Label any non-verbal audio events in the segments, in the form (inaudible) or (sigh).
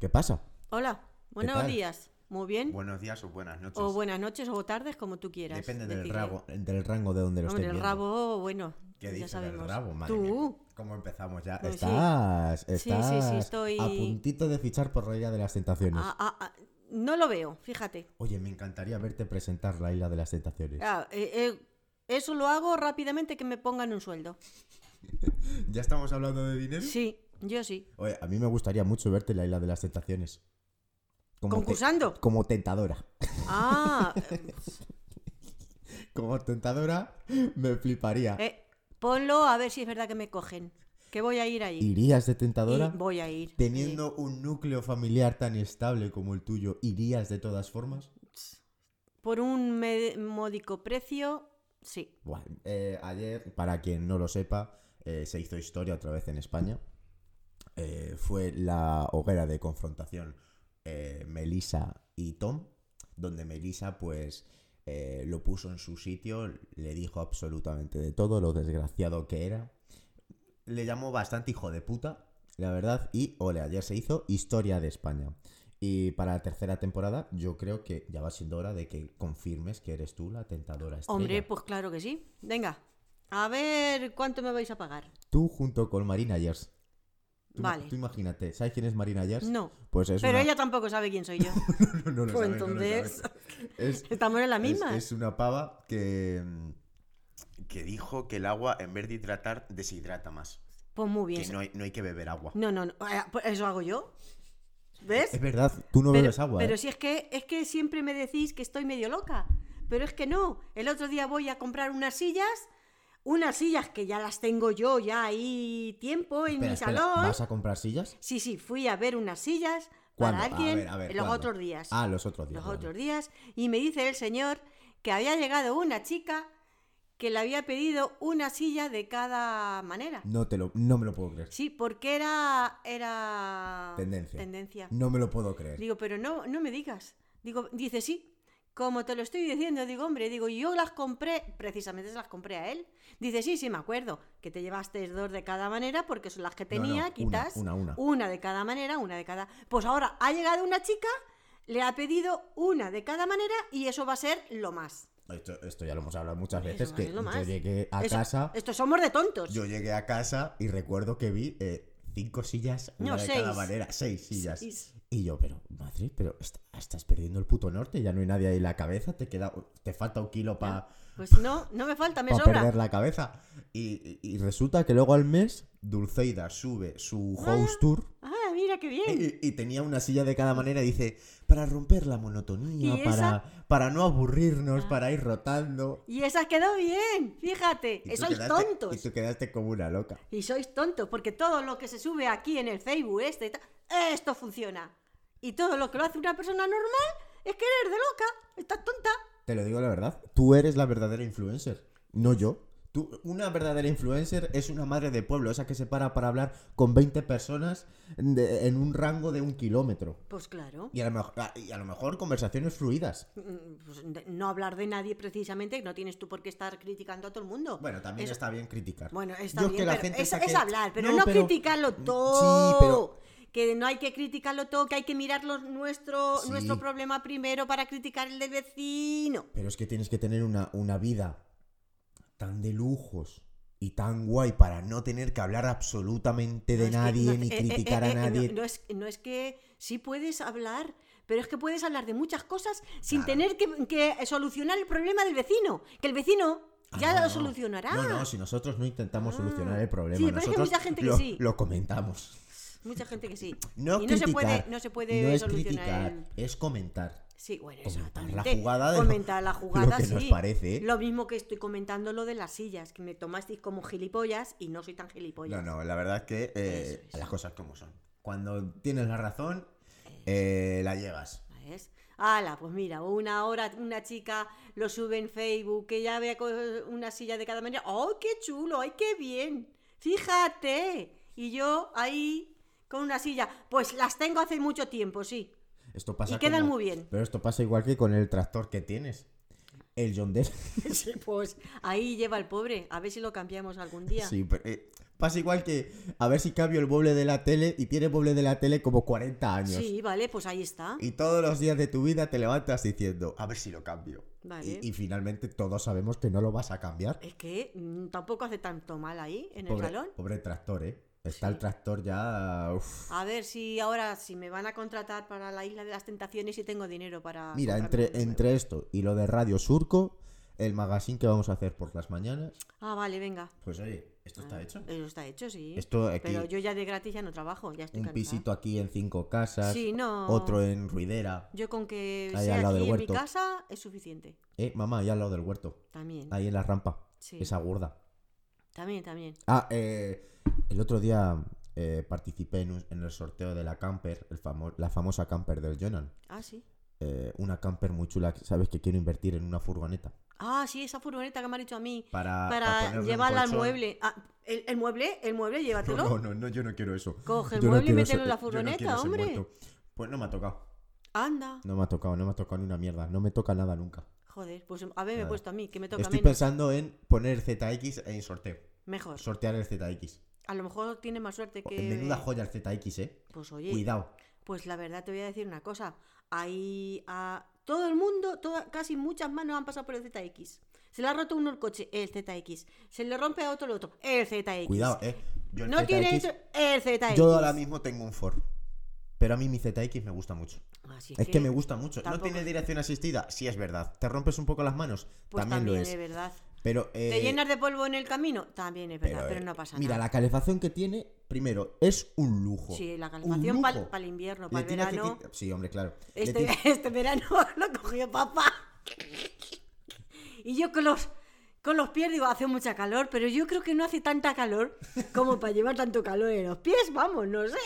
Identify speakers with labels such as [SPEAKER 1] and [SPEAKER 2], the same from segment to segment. [SPEAKER 1] ¿Qué pasa?
[SPEAKER 2] Hola, buenos
[SPEAKER 1] tal?
[SPEAKER 2] días. Muy bien.
[SPEAKER 3] Buenos días o buenas noches.
[SPEAKER 2] ¿Eh? o buenas noches o tardes, como tú quieras.
[SPEAKER 3] Depende del
[SPEAKER 2] decirle.
[SPEAKER 3] rabo.
[SPEAKER 1] Del rango de donde lo
[SPEAKER 2] Hombre,
[SPEAKER 1] estoy
[SPEAKER 2] el
[SPEAKER 1] viendo.
[SPEAKER 2] rabo, bueno,
[SPEAKER 3] ¿Qué
[SPEAKER 2] ya
[SPEAKER 3] dices
[SPEAKER 2] sabemos.
[SPEAKER 3] del rabo? Madre
[SPEAKER 2] tú,
[SPEAKER 3] mía. ¿Cómo empezamos ya?
[SPEAKER 2] Pues sí.
[SPEAKER 1] Estás,
[SPEAKER 2] Sí, sí, sí,
[SPEAKER 1] estás
[SPEAKER 2] estoy-
[SPEAKER 1] a puntito de fichar por la isla de las tentaciones.
[SPEAKER 2] ah, ah, ah, no lo veo, fíjate.
[SPEAKER 1] Oye, me encantaría verte presentar la isla de las tentaciones.
[SPEAKER 2] Ah, eh, eh, eso lo hago rápidamente que me pongan un sueldo.
[SPEAKER 1] ¿Ya estamos hablando de dinero?
[SPEAKER 2] Sí, yo sí.
[SPEAKER 1] Oye, a mí me gustaría mucho verte en la isla de las tentaciones. Como te-
[SPEAKER 2] ¿Concursando?
[SPEAKER 3] (laughs)
[SPEAKER 1] como tentadora.
[SPEAKER 2] Ah, eh,
[SPEAKER 1] Como tentadora, me fliparía.
[SPEAKER 2] eh, ponlo a ver si es verdad que me cogen. Que voy a ir allí.
[SPEAKER 1] ¿Irías de
[SPEAKER 2] Y
[SPEAKER 1] tentadora?
[SPEAKER 2] voy a ir.
[SPEAKER 1] Teniendo un núcleo familiar tan estable como el tuyo, ¿irías de todas formas?
[SPEAKER 2] sí. Por un me- módico precio, sí.
[SPEAKER 1] Buah, eh, ayer, para quien no lo sepa, eh, se hizo historia otra vez en España. Eh, fue la hoguera de confrontación eh, Melissa y Tom, donde Melissa pues eh, lo puso en su sitio, le dijo absolutamente de todo, lo desgraciado que era. Le llamó bastante hijo de puta, la verdad, y ole, ayer se hizo historia de España. Y para la tercera temporada, yo creo que ya va siendo hora de que confirmes que eres tú la tentadora estrella.
[SPEAKER 2] Hombre, pues claro que sí. Venga, a ver cuánto me vais a pagar.
[SPEAKER 1] Tú junto con Marina Yers. Tú, ma-
[SPEAKER 2] Vale.
[SPEAKER 1] Tú imagínate, ¿sabes quién es Marina Yers?
[SPEAKER 2] No.
[SPEAKER 1] Pues es
[SPEAKER 2] Pero
[SPEAKER 1] una...
[SPEAKER 2] ella tampoco sabe
[SPEAKER 1] (laughs)
[SPEAKER 2] quién soy yo.
[SPEAKER 1] no, no lo
[SPEAKER 2] pues
[SPEAKER 1] sabes, no lo
[SPEAKER 2] entonces,
[SPEAKER 1] sabes. Es,
[SPEAKER 2] estamos en la
[SPEAKER 1] es-
[SPEAKER 2] misma.
[SPEAKER 1] es una pava que... mm,
[SPEAKER 3] Que dijo que el agua, en vez de hidratar, deshidrata más.
[SPEAKER 2] Pues muy bien.
[SPEAKER 3] Que no hay, no hay que beber agua.
[SPEAKER 2] No, no, no. Eh, pues Eso hago yo. ¿Ves?
[SPEAKER 1] Es verdad, tú no
[SPEAKER 2] pero,
[SPEAKER 1] bebes agua,
[SPEAKER 2] pero
[SPEAKER 1] ¿eh?
[SPEAKER 2] si es que, es que siempre me decís que estoy medio loca. Pero es que no. El otro día voy a comprar unas sillas. Unas sillas que ya las tengo yo ya ahí tiempo en
[SPEAKER 1] Espera,
[SPEAKER 2] mi
[SPEAKER 1] espera,
[SPEAKER 2] salón.
[SPEAKER 1] ¿Vas a comprar sillas?
[SPEAKER 2] Sí, sí, fui a ver unas sillas
[SPEAKER 1] ¿Cuándo?
[SPEAKER 2] para alguien
[SPEAKER 1] a ver, a ver,
[SPEAKER 2] los
[SPEAKER 1] ¿cuándo?
[SPEAKER 2] otros días.
[SPEAKER 1] Ah, los otros días.
[SPEAKER 2] los
[SPEAKER 1] vale.
[SPEAKER 2] otros días y me dice el señor que había llegado una chica que le había pedido una silla de cada manera.
[SPEAKER 1] No, te lo, no me lo puedo creer.
[SPEAKER 2] Sí, porque era era
[SPEAKER 1] Tendencia. No me lo puedo creer.
[SPEAKER 2] Digo, pero no no me digas. Digo, dice sí. Como te lo estoy diciendo, digo, hombre, digo, yo las compré, precisamente se las compré a él. Dice, sí, sí, me acuerdo, que te llevaste dos de cada manera, porque son las que
[SPEAKER 1] No, no,
[SPEAKER 2] tenía,
[SPEAKER 1] una,
[SPEAKER 2] quitas
[SPEAKER 1] una, una.
[SPEAKER 2] de cada manera, una de cada. Pues ahora ha llegado una chica, le ha pedido una de cada manera y eso va a ser lo más.
[SPEAKER 1] Esto, esto ya lo hemos hablado muchas
[SPEAKER 2] Eso
[SPEAKER 1] veces,
[SPEAKER 2] va a
[SPEAKER 1] que
[SPEAKER 2] ser lo
[SPEAKER 1] yo
[SPEAKER 2] más.
[SPEAKER 1] llegué a
[SPEAKER 2] Eso-
[SPEAKER 1] casa...
[SPEAKER 2] Esto somos de tontos.
[SPEAKER 1] Ah. Yo llegué a casa y recuerdo que vi eh, cinco sillas, una
[SPEAKER 2] No,
[SPEAKER 1] de cada
[SPEAKER 2] seis.
[SPEAKER 1] manera, seis sillas.
[SPEAKER 2] Seis.
[SPEAKER 1] Y yo, pero madre, pero est- estás perdiendo el puto norte, ya no hay nadie ahí en la cabeza, te queda, te falta un kilo para
[SPEAKER 2] Pues no, no me falta, me sobra.
[SPEAKER 1] perder la cabeza. Y, y- y resulta que luego al mes Dulceida sube su house tour
[SPEAKER 2] Ah, mira qué bien.
[SPEAKER 1] y, y tenía una silla de cada manera y dice, para romper la monotonía,
[SPEAKER 2] ¿Y Ah.
[SPEAKER 1] para, para no aburrirnos, para ir rotando.
[SPEAKER 2] Y esa quedó bien, fíjate.
[SPEAKER 1] Y tú
[SPEAKER 2] Eh, sois
[SPEAKER 1] quedaste-
[SPEAKER 2] tontos.
[SPEAKER 1] Y tú quedaste como una loca.
[SPEAKER 2] Y sois tontos, porque todo lo que se sube aquí en el Facebook, este y tal, esto funciona. Y todo lo que lo hace una persona normal es que eres de loca, estás tonta.
[SPEAKER 1] Te lo digo la verdad, tú eres la verdadera influencer, no yo. Tú, una verdadera influencer es una madre de pueblo, esa que se para para hablar con 20 personas de- en un rango de un kilómetro.
[SPEAKER 2] Pues claro,
[SPEAKER 1] Y a, lo mejor, y a lo mejor conversaciones fluidas.
[SPEAKER 2] mm, pues de- no hablar de nadie precisamente, no tienes tú por qué estar criticando a todo el mundo.
[SPEAKER 1] Bueno, también
[SPEAKER 2] Eso-
[SPEAKER 1] está bien criticar.
[SPEAKER 2] Bueno, está
[SPEAKER 1] Yo
[SPEAKER 2] bien,
[SPEAKER 1] que la
[SPEAKER 2] pero
[SPEAKER 1] gente
[SPEAKER 2] es,
[SPEAKER 1] saque-
[SPEAKER 2] es hablar, pero no, criticarlo
[SPEAKER 1] Sí, pero
[SPEAKER 2] todo. Que no hay que criticarlo todo, que hay que mirar los- nuestro,
[SPEAKER 1] Sí.
[SPEAKER 2] nuestro problema primero para criticar el del vecino.
[SPEAKER 1] Pero es que tienes que tener una, una vida tan de lujos y tan guay para no tener que hablar absolutamente de
[SPEAKER 2] No, es que-
[SPEAKER 1] nadie
[SPEAKER 2] no,
[SPEAKER 1] ni
[SPEAKER 2] eh, eh,
[SPEAKER 1] criticar
[SPEAKER 2] eh,
[SPEAKER 1] a
[SPEAKER 2] eh, no-
[SPEAKER 1] nadie.
[SPEAKER 2] No, es, no es que sí puedes hablar, pero es que puedes hablar de muchas cosas sin
[SPEAKER 1] Claro.
[SPEAKER 2] tener que, que solucionar el problema del vecino. Que el vecino
[SPEAKER 1] Ah,
[SPEAKER 2] ya
[SPEAKER 1] no,
[SPEAKER 2] lo
[SPEAKER 1] no.
[SPEAKER 2] solucionará.
[SPEAKER 1] No, no, si nosotros no intentamos
[SPEAKER 2] Ah.
[SPEAKER 1] solucionar el problema.
[SPEAKER 2] Sí, pero es que
[SPEAKER 1] nosotros
[SPEAKER 2] mucha gente que
[SPEAKER 1] lo,
[SPEAKER 2] sí.
[SPEAKER 1] Lo comentamos.
[SPEAKER 2] Mucha gente que sí.
[SPEAKER 1] No,
[SPEAKER 2] y no
[SPEAKER 1] criticar,
[SPEAKER 2] se puede, no se puede
[SPEAKER 1] no es
[SPEAKER 2] solucionar.
[SPEAKER 1] criticar,
[SPEAKER 2] el-
[SPEAKER 1] es comentar.
[SPEAKER 2] Sí, bueno,
[SPEAKER 1] Comentar la
[SPEAKER 2] exactamente.
[SPEAKER 1] jugada de lo-
[SPEAKER 2] Comentar
[SPEAKER 1] (laughs)
[SPEAKER 2] la
[SPEAKER 1] lo
[SPEAKER 2] jugada,
[SPEAKER 1] que
[SPEAKER 2] sí.
[SPEAKER 1] nos parece.
[SPEAKER 2] Lo mismo que estoy comentando lo de las sillas, que me tomasteis como gilipollas y no soy tan gilipollas.
[SPEAKER 1] No, no, la verdad es que eh,
[SPEAKER 2] Eso es.
[SPEAKER 1] las cosas como son. Cuando tienes la razón, eh, la llevas.
[SPEAKER 2] ¿Ves? Ala, pues mira, una hora una chica lo sube en Facebook, que ya vea co- una silla de cada manera. ¡Ay, qué chulo! ¡Ay, qué bien! Fíjate. Y yo ahí con una silla. Pues las tengo hace mucho tiempo, sí.
[SPEAKER 1] Esto pasa
[SPEAKER 2] Y quedan
[SPEAKER 1] como-
[SPEAKER 2] muy bien.
[SPEAKER 1] Pero esto pasa igual que con el tractor que tienes. El John Deere. (laughs)
[SPEAKER 2] (laughs) Sí, pues ahí lleva el pobre. A ver si lo cambiamos algún día.
[SPEAKER 1] Sí, pero, eh, Pasa igual que a ver si cambio el mueble de la tele y tiene mueble de la tele como 40 años.
[SPEAKER 2] Sí, vale, pues ahí está.
[SPEAKER 1] Y todos los días de tu vida te levantas diciendo, a ver si lo cambio.
[SPEAKER 2] Vale.
[SPEAKER 1] Y, y finalmente todos sabemos que no lo vas a cambiar.
[SPEAKER 2] Es que mm, tampoco hace tanto mal ahí, en el
[SPEAKER 1] Pobre,
[SPEAKER 2] salón.
[SPEAKER 1] pobre tractor, ¿eh? Está el
[SPEAKER 2] Sí.
[SPEAKER 1] tractor ya... uf.
[SPEAKER 2] A ver si ahora, si me van a contratar para la Isla de las Tentaciones y tengo dinero para...
[SPEAKER 1] Mira,
[SPEAKER 2] comprarme
[SPEAKER 1] entre,
[SPEAKER 2] uno nuevo.
[SPEAKER 1] entre esto y lo de Radio Surco, el magazine que vamos a hacer por las mañanas,
[SPEAKER 2] Ah, vale, venga.
[SPEAKER 1] pues oye, esto está
[SPEAKER 2] Ah,
[SPEAKER 1] hecho.
[SPEAKER 2] Eso está hecho, sí.
[SPEAKER 1] Esto aquí,
[SPEAKER 2] Pero yo ya de gratis ya no trabajo, ya estoy
[SPEAKER 1] un
[SPEAKER 2] cansada.
[SPEAKER 1] pisito aquí en Cinco Casas,
[SPEAKER 2] Sí, no.
[SPEAKER 1] otro en Ruidera.
[SPEAKER 2] Yo con que
[SPEAKER 1] Ahí al
[SPEAKER 2] sea
[SPEAKER 1] lado del
[SPEAKER 2] aquí en mi
[SPEAKER 1] huerto.
[SPEAKER 2] casa es suficiente.
[SPEAKER 1] Eh, mamá, ahí al lado del huerto,
[SPEAKER 2] También.
[SPEAKER 1] ahí en la rampa,
[SPEAKER 2] sí.
[SPEAKER 1] esa gorda.
[SPEAKER 2] También, también.
[SPEAKER 1] Ah, eh, el otro día eh, participé en, un- en el sorteo de la camper, el famo- la famosa camper del Jonan.
[SPEAKER 2] Ah, sí.
[SPEAKER 1] Eh, una camper muy chula, que sabes que quiero invertir en una furgoneta.
[SPEAKER 2] Ah, sí, esa furgoneta que me han dicho a mí.
[SPEAKER 1] Para, para
[SPEAKER 2] para
[SPEAKER 1] ponerle un
[SPEAKER 2] llevarla al
[SPEAKER 1] colchón.
[SPEAKER 2] mueble. Ah, ¿el, el mueble? ¿El mueble? Llévatelo.
[SPEAKER 1] (laughs) No, no, no, yo no quiero eso.
[SPEAKER 2] Coge el
[SPEAKER 1] Yo no
[SPEAKER 2] mueble y
[SPEAKER 1] quiero
[SPEAKER 2] mételo
[SPEAKER 1] ser-
[SPEAKER 2] en la
[SPEAKER 1] yo no quiero
[SPEAKER 2] furgoneta,
[SPEAKER 1] ser
[SPEAKER 2] hombre.
[SPEAKER 1] muerto. Pues no me ha tocado.
[SPEAKER 2] Anda.
[SPEAKER 1] No me ha tocado, no me ha tocado ni una mierda. No me toca nada nunca.
[SPEAKER 2] Joder, pues a ver, me he
[SPEAKER 1] Nada.
[SPEAKER 2] puesto a mí, que me toca
[SPEAKER 1] Estoy
[SPEAKER 2] menos.
[SPEAKER 1] pensando en poner ZX en sorteo.
[SPEAKER 2] Mejor.
[SPEAKER 1] Sortear el ZX.
[SPEAKER 2] A lo mejor tiene más suerte que.
[SPEAKER 1] Menuda joya el ZX, eh.
[SPEAKER 2] Pues oye,
[SPEAKER 1] Cuidado.
[SPEAKER 2] pues la verdad te voy a decir una cosa. Ahí a todo el mundo, toda- casi muchas manos han pasado por el ZX. Se le ha roto uno el coche, el ZX. Se le rompe a otro el otro, el ZX.
[SPEAKER 1] Cuidado, eh. Yo el
[SPEAKER 2] No
[SPEAKER 1] ZX
[SPEAKER 2] tiene eso, el ZX.
[SPEAKER 1] Yo ahora mismo tengo un Ford. Pero a mí mi ZX me gusta mucho.
[SPEAKER 2] Así
[SPEAKER 1] Es que me gusta mucho. ¿No
[SPEAKER 2] tampoco-
[SPEAKER 1] tiene dirección asistida? Sí, es verdad. ¿Te rompes un poco las manos?
[SPEAKER 2] pues
[SPEAKER 1] también, lo es.
[SPEAKER 2] es verdad.
[SPEAKER 1] Pero, eh,
[SPEAKER 2] ¿Te llenas de polvo en el camino? También es verdad, pero,
[SPEAKER 1] eh,
[SPEAKER 2] no pasa
[SPEAKER 1] Mira,
[SPEAKER 2] nada.
[SPEAKER 1] la calefacción que tiene, primero, es un lujo.
[SPEAKER 2] Sí, la
[SPEAKER 1] Un
[SPEAKER 2] calefacción para
[SPEAKER 1] lujo.
[SPEAKER 2] el invierno,
[SPEAKER 1] Le
[SPEAKER 2] para el
[SPEAKER 1] tienes que
[SPEAKER 2] verano.
[SPEAKER 1] quit- Sí, hombre, claro. Le
[SPEAKER 2] Este, (laughs)
[SPEAKER 1] tienes-
[SPEAKER 2] este verano lo cogió papá. Y yo con los, con los pies digo, hace mucha calor, pero yo creo que no hace tanta calor como para llevar tanto calor en los pies, vamos, no sé.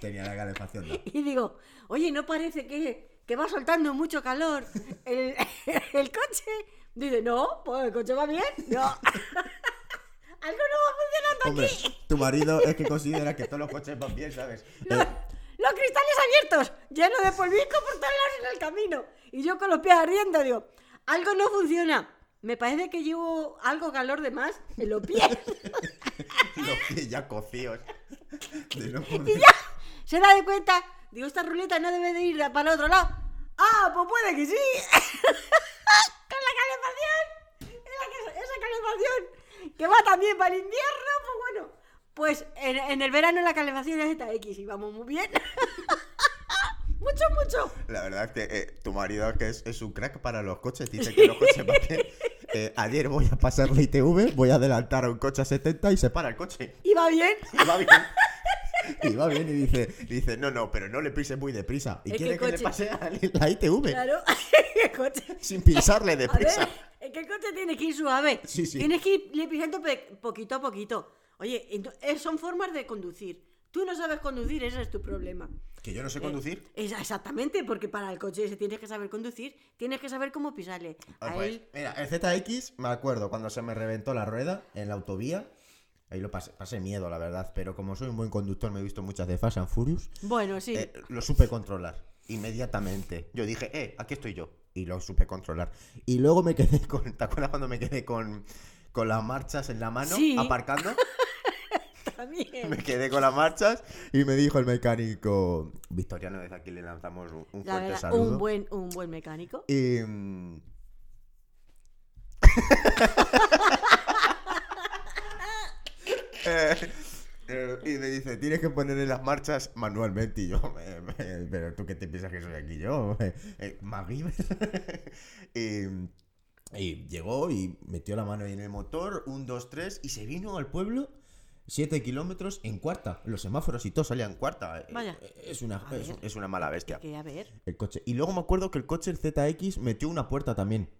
[SPEAKER 1] Tenía la calefacción. ¿no?
[SPEAKER 2] Y digo, oye, ¿no parece que, que va soltando mucho calor el, (laughs) el coche? Dice, no, pues el coche va bien. No. (laughs) Algo no va funcionando aquí.
[SPEAKER 1] Hombre, tu marido es que considera que todos los coches van bien, ¿sabes?
[SPEAKER 2] Los,
[SPEAKER 1] Eh, (laughs)
[SPEAKER 2] los cristales abiertos, llenos de polvico por todos lados en el camino. Y yo con los pies ardiendo, digo, algo no funciona. Me parece que llevo algo calor de más en los pies. (laughs)
[SPEAKER 1] los pies ya cocidos. De no poder-
[SPEAKER 2] Se da de cuenta, digo, esta ruleta no debe de ir para el otro lado. Ah, pues puede que sí. (laughs) con la calefacción. Esa, que- esa calefacción que va también para el invierno, pues bueno. Pues en, en el verano la calefacción es ZX y vamos muy bien. (laughs) mucho, mucho.
[SPEAKER 1] La verdad es que eh, tu marido que es, es un crack para los coches, dice que los coches van
[SPEAKER 2] (laughs)
[SPEAKER 1] bien. Eh, ayer voy a pasar la ITV, voy a adelantar a un coche a 70 y se para el coche.
[SPEAKER 2] Y va bien.
[SPEAKER 1] Y va bien. Y va bien y dice, dice, no, no, pero no le pises muy deprisa. Y
[SPEAKER 2] Es que
[SPEAKER 1] quiere
[SPEAKER 2] el
[SPEAKER 1] que, le
[SPEAKER 2] coche-
[SPEAKER 1] pase a la ITV
[SPEAKER 2] Claro, (laughs) el coche.
[SPEAKER 1] sin pisarle
[SPEAKER 2] A ver,
[SPEAKER 1] deprisa.
[SPEAKER 2] es que el coche tiene que ir suave.
[SPEAKER 1] Sí, sí.
[SPEAKER 2] Tienes que ir pisando pe- poquito a poquito. Oye, ento- eh, son formas de conducir. Tú no sabes conducir, ese es tu problema.
[SPEAKER 1] Que yo no
[SPEAKER 2] Eh,
[SPEAKER 1] sé conducir.
[SPEAKER 2] Es- exactamente, porque para el coche ese tienes que saber conducir, tienes que saber cómo pisarle.
[SPEAKER 1] Ah,
[SPEAKER 2] A
[SPEAKER 1] pues,
[SPEAKER 2] él-
[SPEAKER 1] Mira, el ZX, me acuerdo, cuando se me reventó la rueda en la autovía. Ahí lo pasé, pasé miedo, la verdad. Pero como soy un buen conductor, me he visto muchas de Fast and Furious.
[SPEAKER 2] Bueno, sí.
[SPEAKER 1] eh, lo supe controlar inmediatamente. Yo dije, eh, aquí estoy yo. Y lo supe controlar. Y luego me quedé con. ¿Te acuerdas cuando me quedé con, con las marchas en la mano?
[SPEAKER 2] Sí. (laughs)
[SPEAKER 1] Aparcando. (laughs)
[SPEAKER 2] También.
[SPEAKER 1] me quedé con las marchas. Y me dijo el mecánico. Victoriano, desde aquí le lanzamos un, un
[SPEAKER 2] La
[SPEAKER 1] fuerte
[SPEAKER 2] verdad,
[SPEAKER 1] saludo.
[SPEAKER 2] un buen, un buen mecánico.
[SPEAKER 1] Y.
[SPEAKER 2] (laughs)
[SPEAKER 1] mm, eh, eh, y me dice, tienes que ponerle las marchas manualmente. Y yo, "Eh, eh, pero tú qué te piensas que soy aquí yo, eh, eh, MacGyver?" (laughs) y, y llegó y metió la mano ahí en el motor, un, dos, tres, y se vino al pueblo. 7 kilómetros en cuarta. Los semáforos y todo salían en cuarta. Eh,
[SPEAKER 2] Vaya.
[SPEAKER 1] eh, Es una,
[SPEAKER 2] A
[SPEAKER 1] es,
[SPEAKER 2] ver.
[SPEAKER 1] es una mala bestia.
[SPEAKER 2] Que a ver.
[SPEAKER 1] El coche. Y luego me acuerdo que el coche, el ZX, metió una puerta también.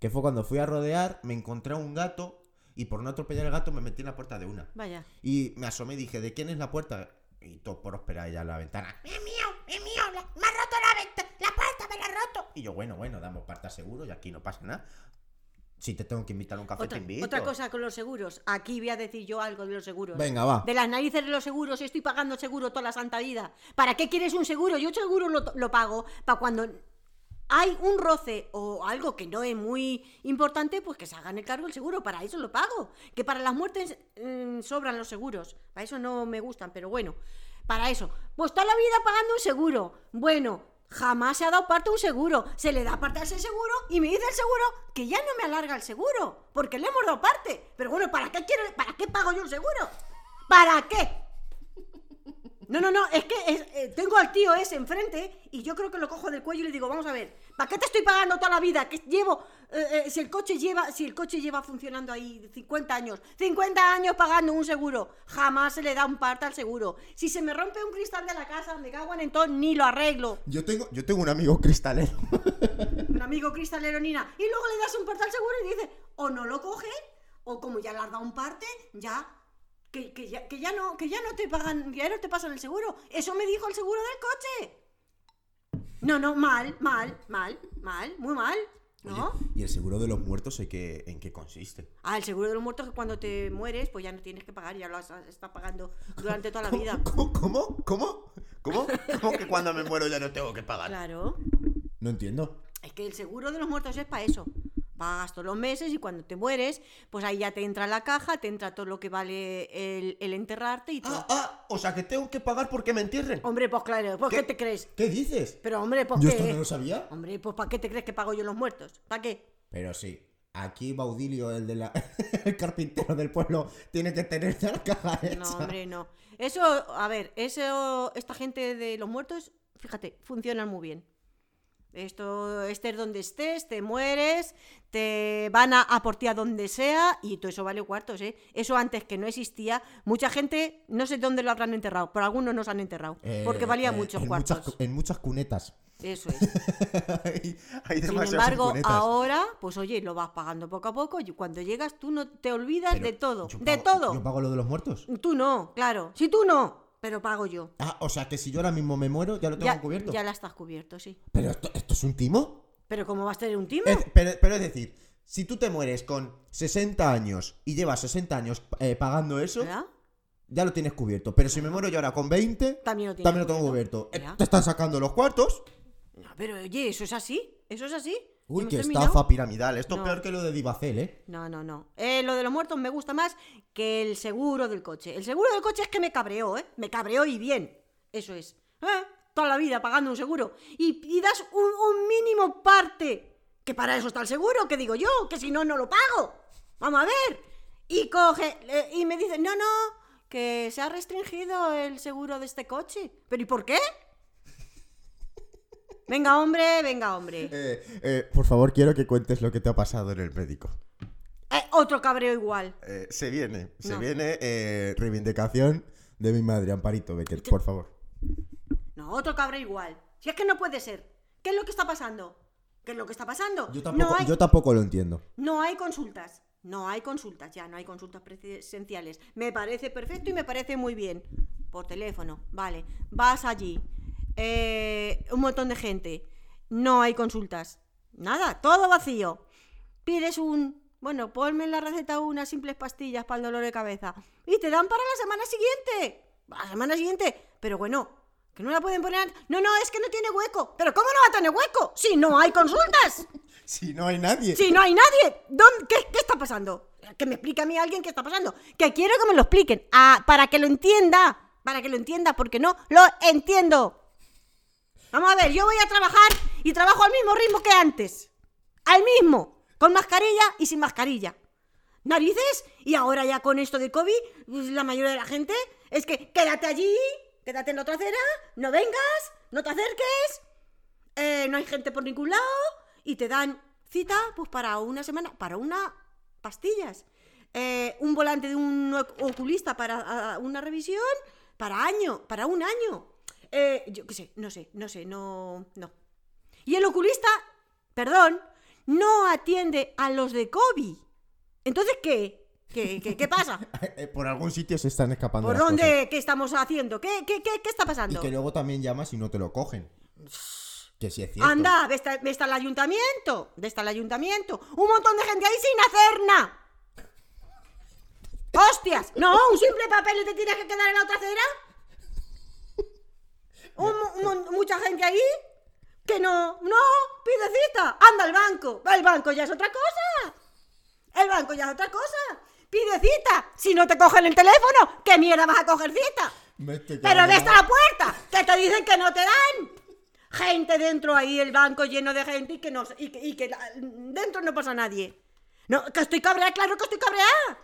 [SPEAKER 1] Que fue cuando fui a rodear, me encontré a un gato y por no atropellar al gato me metí en la puerta de una.
[SPEAKER 2] Vaya.
[SPEAKER 1] Y me asomé y dije, ¿de quién es la puerta? Y todo por esperar ella en la ventana.
[SPEAKER 4] Es mío, es mío, la- me ha roto la ventana, la puerta me la ha roto.
[SPEAKER 1] Y yo, bueno, bueno, damos parta seguro y aquí no pasa nada. Si te tengo que invitar a un café,
[SPEAKER 2] Otra,
[SPEAKER 1] te invito.
[SPEAKER 2] otra cosa con los seguros. Aquí voy a decir yo algo de los seguros.
[SPEAKER 1] Venga, va.
[SPEAKER 2] De las narices de los seguros, estoy pagando seguro toda la santa vida. ¿Para qué quieres un seguro? Yo seguro lo, lo pago para cuando hay un roce o algo que no es muy importante, pues que se hagan el cargo el seguro. Para eso lo pago. Que para las muertes mm, sobran los seguros. Para eso no me gustan, pero bueno. Para eso. Pues toda la vida pagando un seguro. Bueno, jamás se ha dado parte a un seguro. Se le da parte a ese seguro y me dice el seguro que ya no me alarga el seguro. Porque le hemos dado parte. Pero bueno, ¿para qué quiero, para qué pago yo un seguro? ¿Para qué? No, no, no, es que es- eh, tengo al tío ese enfrente y yo creo que lo cojo del cuello y le digo, vamos a ver, ¿para qué te estoy pagando toda la vida? Que llevo, eh, eh, si el coche lleva, si el coche lleva funcionando ahí 50 años, 50 años pagando un seguro, jamás se le da un parte al seguro. Si se me rompe un cristal de la casa, me cago en todo, ni lo arreglo.
[SPEAKER 1] Yo tengo, yo tengo un amigo cristalero.
[SPEAKER 2] Un amigo cristalero, Nina, y luego le das un parte al seguro y dice, o no lo coge, o como ya le has dado un parte, ya. Que, que ya, que ya no, que ya no te pagan, ya no te pasan el seguro. Eso me dijo el seguro del coche. No, no, mal, mal, mal, mal, muy mal. ¿No?
[SPEAKER 1] Oye, (laughs) ¿Y el seguro de los muertos en qué, en qué consiste?
[SPEAKER 2] Ah, el seguro de los muertos que cuando te mueres, pues ya no tienes que pagar, ya lo has, has estado pagando
[SPEAKER 1] (laughs)
[SPEAKER 2] durante toda la
[SPEAKER 1] ¿Cómo-
[SPEAKER 2] vida.
[SPEAKER 1] ¿Cómo? ¿Cómo? ¿Cómo?
[SPEAKER 3] ¿Cómo? ¿Cómo que cuando me muero ya no tengo que pagar?
[SPEAKER 2] Claro.
[SPEAKER 1] No entiendo.
[SPEAKER 2] Es que el seguro de los muertos es para eso. Pagas todos los meses y cuando te mueres, pues ahí ya te entra la caja, te entra todo lo que vale el, el enterrarte y todo.
[SPEAKER 3] Ah, ah, o sea que tengo que pagar porque me entierren.
[SPEAKER 2] Hombre, pues claro, ¿por qué, te crees?
[SPEAKER 1] ¿Qué dices?
[SPEAKER 2] Pero hombre, ¿por
[SPEAKER 1] Yo
[SPEAKER 2] qué?
[SPEAKER 1] esto no lo sabía.
[SPEAKER 2] Hombre, pues ¿para qué te crees que pago yo los muertos? ¿Para qué?
[SPEAKER 1] Pero sí, aquí Baudilio, el de la (laughs) el carpintero del pueblo, tiene que tener la caja hecha.
[SPEAKER 2] No, hombre, no. Eso, a ver, eso, esta gente de los muertos, fíjate, funcionan muy bien. Esto, estés donde estés, te mueres, te van a, a por ti a donde sea y todo eso vale cuartos, ¿eh? Eso antes que no existía, mucha gente, no sé dónde lo habrán enterrado, pero algunos nos han enterrado,
[SPEAKER 1] Eh,
[SPEAKER 2] porque valía
[SPEAKER 1] eh,
[SPEAKER 2] muchos
[SPEAKER 1] en
[SPEAKER 2] cuartos.
[SPEAKER 1] muchas cu- en muchas cunetas. (laughs)
[SPEAKER 2] Eso es.
[SPEAKER 3] hay, hay
[SPEAKER 2] Sin
[SPEAKER 3] demasiadas
[SPEAKER 2] embargo,
[SPEAKER 3] cunetas.
[SPEAKER 2] ahora, pues oye, lo vas pagando poco a poco y cuando llegas tú no te olvidas
[SPEAKER 1] Pero
[SPEAKER 2] de todo,
[SPEAKER 1] yo
[SPEAKER 2] de
[SPEAKER 1] pago-
[SPEAKER 2] todo.
[SPEAKER 1] ¿Yo pago lo de los muertos?
[SPEAKER 2] Tú no, claro. Si tú no, pero pago yo.
[SPEAKER 1] Ah, o sea que si yo ahora mismo me muero, ya lo tengo
[SPEAKER 2] ya,
[SPEAKER 1] cubierto.
[SPEAKER 2] ya la estás cubierto, sí.
[SPEAKER 1] Pero esto, esto es un timo.
[SPEAKER 2] Pero ¿cómo vas a tener un timo?
[SPEAKER 1] Es- pero, pero es decir, si tú te mueres con 60 años y llevas 60 años eh, pagando eso,
[SPEAKER 2] ¿Verdad?
[SPEAKER 1] ya lo tienes cubierto. Pero si me muero yo ahora con 20,
[SPEAKER 2] También lo tienes
[SPEAKER 1] tengo
[SPEAKER 2] cubierto.
[SPEAKER 1] cubierto. Eh,
[SPEAKER 2] Ya.
[SPEAKER 1] te están sacando los cuartos.
[SPEAKER 2] No, pero oye, eso es así. Eso es así.
[SPEAKER 1] Uy,
[SPEAKER 2] ¿Hemos
[SPEAKER 1] qué
[SPEAKER 2] terminado?
[SPEAKER 1] estafa piramidal. Esto
[SPEAKER 2] No.
[SPEAKER 1] es peor que lo de Divacel, ¿eh?
[SPEAKER 2] No, no, no. Eh, lo de los muertos me gusta más que el seguro del coche. El seguro del coche es que me cabreó, ¿eh? Me cabreó y bien. Eso es. ¿Eh? Toda la vida pagando un seguro. Y, y das un, un mínimo parte. Que para eso está el seguro, que digo yo, que si no, no lo pago. Vamos a ver. Y coge. eh, y me dice, no, no, que se ha restringido el seguro de este coche. ¿Pero y por qué? Venga, hombre, venga, hombre.
[SPEAKER 1] Eh, eh, por favor, quiero que cuentes lo que te ha pasado en el médico.
[SPEAKER 2] Eh, otro cabreo igual.
[SPEAKER 1] Eh, se viene, se
[SPEAKER 2] No.
[SPEAKER 1] viene eh, reivindicación de mi madre, Amparito Becker, por favor.
[SPEAKER 2] No, otro cabra igual. Si es que no puede ser. ¿Qué es lo que está pasando? ¿Qué es lo que está pasando?
[SPEAKER 1] Yo tampoco,
[SPEAKER 2] no, hay,
[SPEAKER 1] yo tampoco lo entiendo.
[SPEAKER 2] no hay consultas. No hay consultas, ya, no hay consultas presenciales. Me parece perfecto y me parece muy bien. Por teléfono, vale. Vas allí. Eh, un montón de gente. No hay consultas. Nada, todo vacío. Pides un... Bueno, ponme en la receta unas simples pastillas para el dolor de cabeza. Y te dan para la semana siguiente. La semana siguiente. Pero bueno, que no la pueden poner... an- No, no, es que no tiene hueco. Pero ¿cómo no va a tener hueco? Si no hay consultas.
[SPEAKER 1] Si no hay nadie.
[SPEAKER 2] Si no hay nadie, ¿dónde- qué, qué está pasando? Que me explique a mí alguien qué está pasando. Que quiero que me lo expliquen. Ah, para que lo entienda. Para que lo entienda, porque no lo entiendo. Vamos a ver, yo voy a trabajar y trabajo al mismo ritmo que antes. Al mismo. Con mascarilla y sin mascarilla. Narices. Y ahora ya con esto de COVID, pues, la mayoría de la gente es que quédate allí, quédate en la otra acera, no vengas, no te acerques eh, no hay gente por ningún lado y te dan cita pues para una semana, para una pastillas, Eh, un volante de un oc- oculista para ah, una revisión, para año, para un año. Eh, yo qué sé, no sé, no sé, no, no. Y el oculista, perdón, no atiende a los de COVID. Entonces, ¿qué? ¿Qué, qué, qué
[SPEAKER 1] (laughs)
[SPEAKER 2] pasa?
[SPEAKER 1] (laughs) Eh, Por algún sitio se están escapando.
[SPEAKER 2] ¿Por
[SPEAKER 1] las cosas.
[SPEAKER 2] dónde? ¿Qué estamos haciendo? ¿Qué, qué, qué, qué está
[SPEAKER 1] Y
[SPEAKER 2] pasando?
[SPEAKER 1] que luego también llamas y no te lo cogen. Que si es cierto.
[SPEAKER 2] Anda, ve está, ve está el ayuntamiento, ve está el ayuntamiento. Un montón de gente ahí sin hacer nada. ¡Hostias! No, un simple papel y te tienes que quedar en la otra acera. Un mu- un mon- mucha gente ahí. Que no, no, pide cita, anda al banco. El banco ya es otra cosa. El banco ya es otra cosa. Pide cita. Si no te cogen el teléfono, ¿qué mierda vas a coger cita?
[SPEAKER 1] Me estoy
[SPEAKER 2] Pero
[SPEAKER 1] quedando
[SPEAKER 2] ves a
[SPEAKER 1] mal.
[SPEAKER 2] la puerta, que te dicen que no te dan. Gente dentro ahí, el banco lleno de gente y que, no, y que, y que la- dentro no pasa nadie. No, que estoy cabreada, claro que estoy cabreada.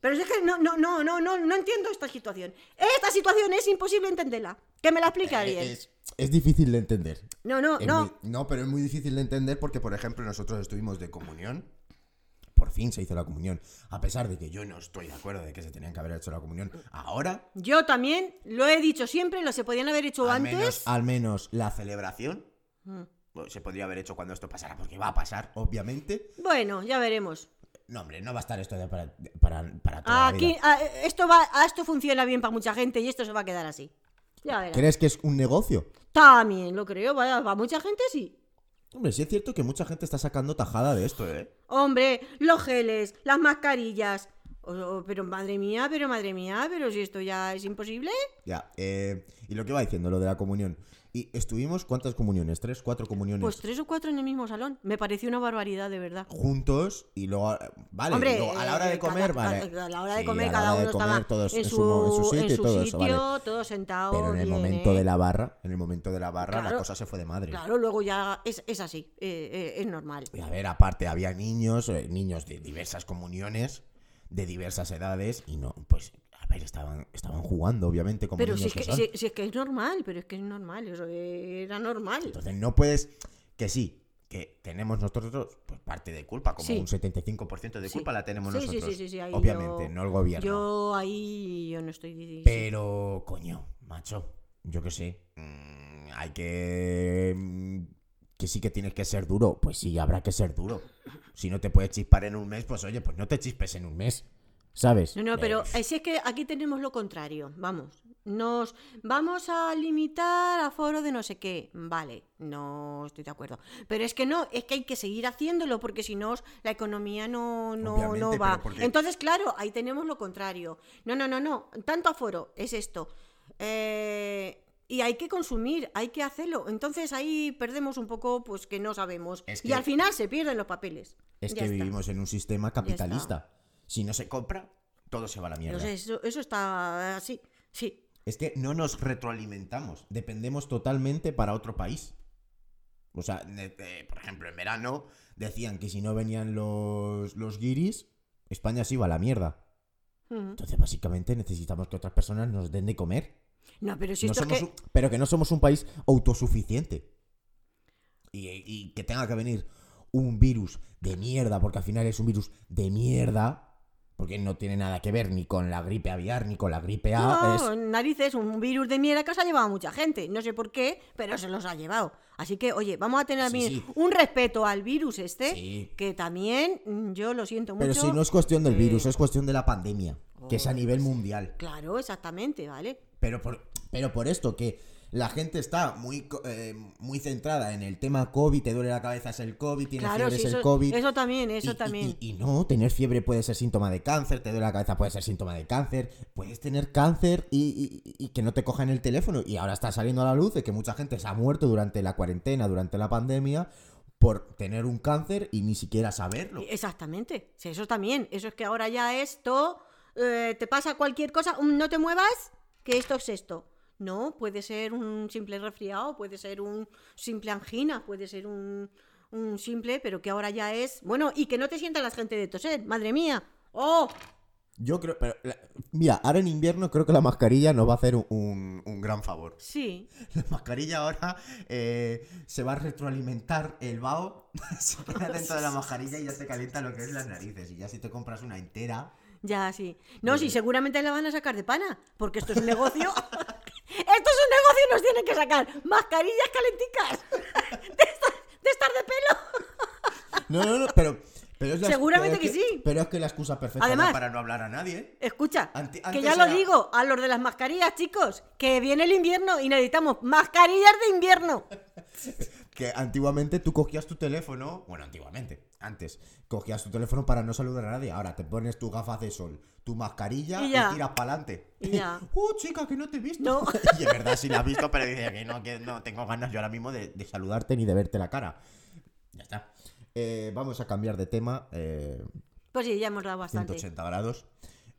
[SPEAKER 2] Pero es que no, no, no, no, no, no entiendo esta situación. Esta situación es imposible entenderla. Que me la explique alguien.
[SPEAKER 1] Eh, Es, es difícil de entender.
[SPEAKER 2] No, no,
[SPEAKER 1] Es
[SPEAKER 2] no.
[SPEAKER 1] muy- no, pero es muy difícil de entender porque, por ejemplo, nosotros estuvimos de comunión. Por fin se hizo la comunión. A pesar de que yo no estoy de acuerdo de que se tenían que haber hecho la comunión. Ahora,
[SPEAKER 2] Yo también lo he dicho siempre, lo se podían haber hecho
[SPEAKER 1] al
[SPEAKER 2] antes.
[SPEAKER 1] menos, al menos la celebración
[SPEAKER 2] Mm.
[SPEAKER 1] bueno, se podría haber hecho cuando esto pasara, porque va a pasar, obviamente.
[SPEAKER 2] Bueno, ya veremos.
[SPEAKER 1] No, hombre, no va a estar esto de para, para, para toda la
[SPEAKER 2] Aquí,
[SPEAKER 1] vida.
[SPEAKER 2] ah, esto va, ah, esto funciona bien para mucha gente y esto se va a quedar así. Ya verás.
[SPEAKER 1] ¿Crees que es un negocio?
[SPEAKER 2] También lo creo, vaya, va mucha gente sí.
[SPEAKER 1] Hombre, sí es cierto que mucha gente está sacando tajada de esto, ¿eh?
[SPEAKER 2] Hombre, los geles, las mascarillas. O- o- pero madre mía, pero madre mía, pero si esto ya es imposible.
[SPEAKER 1] Ya, eh, y lo que va diciendo, lo de la comunión. ¿Y estuvimos cuántas comuniones? ¿Tres, cuatro comuniones?
[SPEAKER 2] Pues tres o cuatro en el mismo salón. Me pareció una barbaridad, de verdad.
[SPEAKER 1] juntos y luego vale
[SPEAKER 2] Hombre,
[SPEAKER 1] luego a la hora
[SPEAKER 2] eh,
[SPEAKER 1] de comer
[SPEAKER 2] cada-
[SPEAKER 1] vale
[SPEAKER 2] cada- A la hora de
[SPEAKER 1] Sí,
[SPEAKER 2] comer,
[SPEAKER 1] a la
[SPEAKER 2] cada
[SPEAKER 1] hora de
[SPEAKER 2] uno
[SPEAKER 1] comer,
[SPEAKER 2] estaba
[SPEAKER 1] todos
[SPEAKER 2] en
[SPEAKER 1] en
[SPEAKER 2] su,
[SPEAKER 1] mo- en su sitio y
[SPEAKER 2] en su
[SPEAKER 1] todo eso,
[SPEAKER 2] sitio,
[SPEAKER 1] vale.
[SPEAKER 2] todos sentados.
[SPEAKER 1] pero en el
[SPEAKER 2] bien,
[SPEAKER 1] momento
[SPEAKER 2] ¿eh?
[SPEAKER 1] de la barra en el momento de la barra
[SPEAKER 2] Claro.
[SPEAKER 1] la cosa se fue de madre
[SPEAKER 2] Claro, luego ya es, es así, eh, eh, es normal.
[SPEAKER 1] y a ver aparte había niños eh, niños de diversas comuniones de diversas edades y no pues a ver estaban estaban jugando obviamente como
[SPEAKER 2] Pero si
[SPEAKER 1] niños
[SPEAKER 2] es, que,
[SPEAKER 1] que son.
[SPEAKER 2] si, si es que es normal, pero es que es normal, eso era normal.
[SPEAKER 1] entonces no puedes que sí que tenemos nosotros pues parte de culpa como
[SPEAKER 2] Sí.
[SPEAKER 1] un 75% de
[SPEAKER 2] Sí.
[SPEAKER 1] culpa la tenemos
[SPEAKER 2] Sí, sí,
[SPEAKER 1] nosotros
[SPEAKER 2] sí, sí, sí, ahí
[SPEAKER 1] obviamente
[SPEAKER 2] yo-
[SPEAKER 1] no el gobierno
[SPEAKER 2] Yo ahí yo no estoy...
[SPEAKER 1] Pero, coño, macho, yo qué sé. mm, hay que. mm, Que sí que tienes que ser duro. Pues sí, habrá que ser duro. Si no te puedes chispar en un mes, pues oye, pues no te chispes en un mes. ¿Sabes?
[SPEAKER 2] No, no, pero
[SPEAKER 1] Eh,
[SPEAKER 2] eh, si es que aquí tenemos lo contrario, vamos. Nos vamos a limitar a foro de no sé qué. Vale, no estoy de acuerdo. Pero es que no, es que hay que seguir haciéndolo porque si no, la economía no, no,
[SPEAKER 1] Obviamente,
[SPEAKER 2] no
[SPEAKER 1] pero
[SPEAKER 2] va.
[SPEAKER 1] porque-
[SPEAKER 2] Entonces, claro, ahí tenemos lo contrario. No, no, no, no. Tanto aforo es esto. Eh, y hay que consumir, hay que hacerlo. Entonces ahí perdemos un poco, pues que no sabemos.
[SPEAKER 1] Es
[SPEAKER 2] Y
[SPEAKER 1] que-
[SPEAKER 2] al final se pierden los papeles.
[SPEAKER 1] Es
[SPEAKER 2] Ya
[SPEAKER 1] que
[SPEAKER 2] está.
[SPEAKER 1] vivimos en un sistema
[SPEAKER 2] está.
[SPEAKER 1] capitalista. Si no se compra, todo se va a la mierda.
[SPEAKER 2] Entonces, eso, eso está así. Sí,
[SPEAKER 1] Es que no nos retroalimentamos, dependemos totalmente para otro país. O sea, ne- eh, por ejemplo, en verano decían que si no venían los, los guiris, España se iba a la mierda.
[SPEAKER 2] Ujú.
[SPEAKER 1] Entonces, básicamente necesitamos que otras personas nos den de comer.
[SPEAKER 2] No, pero si
[SPEAKER 1] No
[SPEAKER 2] esto
[SPEAKER 1] somos
[SPEAKER 2] es que...
[SPEAKER 1] un- pero que no somos un país autosuficiente. Y, y que tenga que venir un virus de mierda, porque al final es un virus de mierda, porque no tiene nada que ver ni con la gripe aviar, ni con la gripe A. es-
[SPEAKER 2] No, narices, un virus de mierda que se ha llevado a mucha gente. No sé por qué, pero se los ha llevado. Así que, oye, vamos a tener
[SPEAKER 1] Sí,
[SPEAKER 2] mi-
[SPEAKER 1] sí.
[SPEAKER 2] un respeto al virus este,
[SPEAKER 1] Sí.
[SPEAKER 2] que también mm, yo lo siento mucho.
[SPEAKER 1] Pero si no es cuestión del
[SPEAKER 2] eh,
[SPEAKER 1] virus, es cuestión de la pandemia, que es a
[SPEAKER 2] Oh,
[SPEAKER 1] nivel mundial.
[SPEAKER 2] Claro, exactamente, ¿vale?
[SPEAKER 1] Pero por, pero por esto que la gente está muy, co- eh, muy centrada en el tema COVID, te duele la cabeza es el COVID, tienes
[SPEAKER 2] claro,
[SPEAKER 1] fiebre
[SPEAKER 2] sí,
[SPEAKER 1] es
[SPEAKER 2] eso,
[SPEAKER 1] el COVID.
[SPEAKER 2] eso también, eso
[SPEAKER 1] y- y-
[SPEAKER 2] también.
[SPEAKER 1] Y, y no, tener fiebre puede ser síntoma de cáncer, te duele la cabeza puede ser síntoma de cáncer, puedes tener cáncer y, y- y que no te cojan el teléfono. Y ahora está saliendo a la luz de que mucha gente se ha muerto durante la cuarentena, durante la pandemia, por tener un cáncer y ni siquiera saberlo.
[SPEAKER 2] Exactamente, sí, eso también. Eso es que ahora ya esto, eh, te pasa cualquier cosa, un no te muevas, que esto es esto. No, puede ser un simple resfriado, puede ser un simple angina, puede ser un, un simple, pero que ahora ya es... Bueno, y que no te sientan la gente de toser, madre mía. ¡Oh!
[SPEAKER 1] Yo creo, pero la- mira, ahora en invierno creo que la mascarilla nos va a hacer un, un- un gran favor. (laughs)
[SPEAKER 2] Sí.
[SPEAKER 1] La mascarilla ahora eh, se va a retroalimentar el vaho, (laughs) se queda dentro de la mascarilla y ya te calienta lo que es las narices. Y ya si te compras una entera,
[SPEAKER 2] Ya, sí. No, sí, seguramente la van a sacar de pana, porque esto es un negocio. (laughs) esto es un negocio y nos tienen que sacar mascarillas calenticas (laughs) de estas de, estas de pelo.
[SPEAKER 1] no, no, no, pero, pero es
[SPEAKER 2] (laughs)
[SPEAKER 1] la-
[SPEAKER 2] Seguramente
[SPEAKER 1] pero es
[SPEAKER 2] que sí.
[SPEAKER 1] Pero es que la excusa perfecta
[SPEAKER 2] Además-
[SPEAKER 1] no para no hablar a nadie.
[SPEAKER 2] Escucha,
[SPEAKER 1] Ante-
[SPEAKER 2] que
[SPEAKER 1] antes
[SPEAKER 2] ya lo
[SPEAKER 1] era-
[SPEAKER 2] digo a los de las mascarillas, chicos, que viene el invierno y necesitamos mascarillas de invierno.
[SPEAKER 1] Que antiguamente tú cogías tu teléfono, bueno, antiguamente, Antes cogías tu teléfono para no saludar a nadie. Ahora te pones tus gafas de sol, tu mascarilla
[SPEAKER 2] Y
[SPEAKER 1] y,
[SPEAKER 2] ya.
[SPEAKER 1] tiras para adelante.
[SPEAKER 2] Y ya.
[SPEAKER 1] (laughs) ¡Uh, chica, que no te he visto!
[SPEAKER 2] No.
[SPEAKER 1] (laughs) y es verdad, sí la has visto, pero dice que no, que no tengo ganas yo ahora mismo de, de saludarte ni de verte la cara. Ya está. Eh, vamos a cambiar de tema. eh,
[SPEAKER 2] Pues sí, ya hemos dado bastante.
[SPEAKER 1] 180 grados.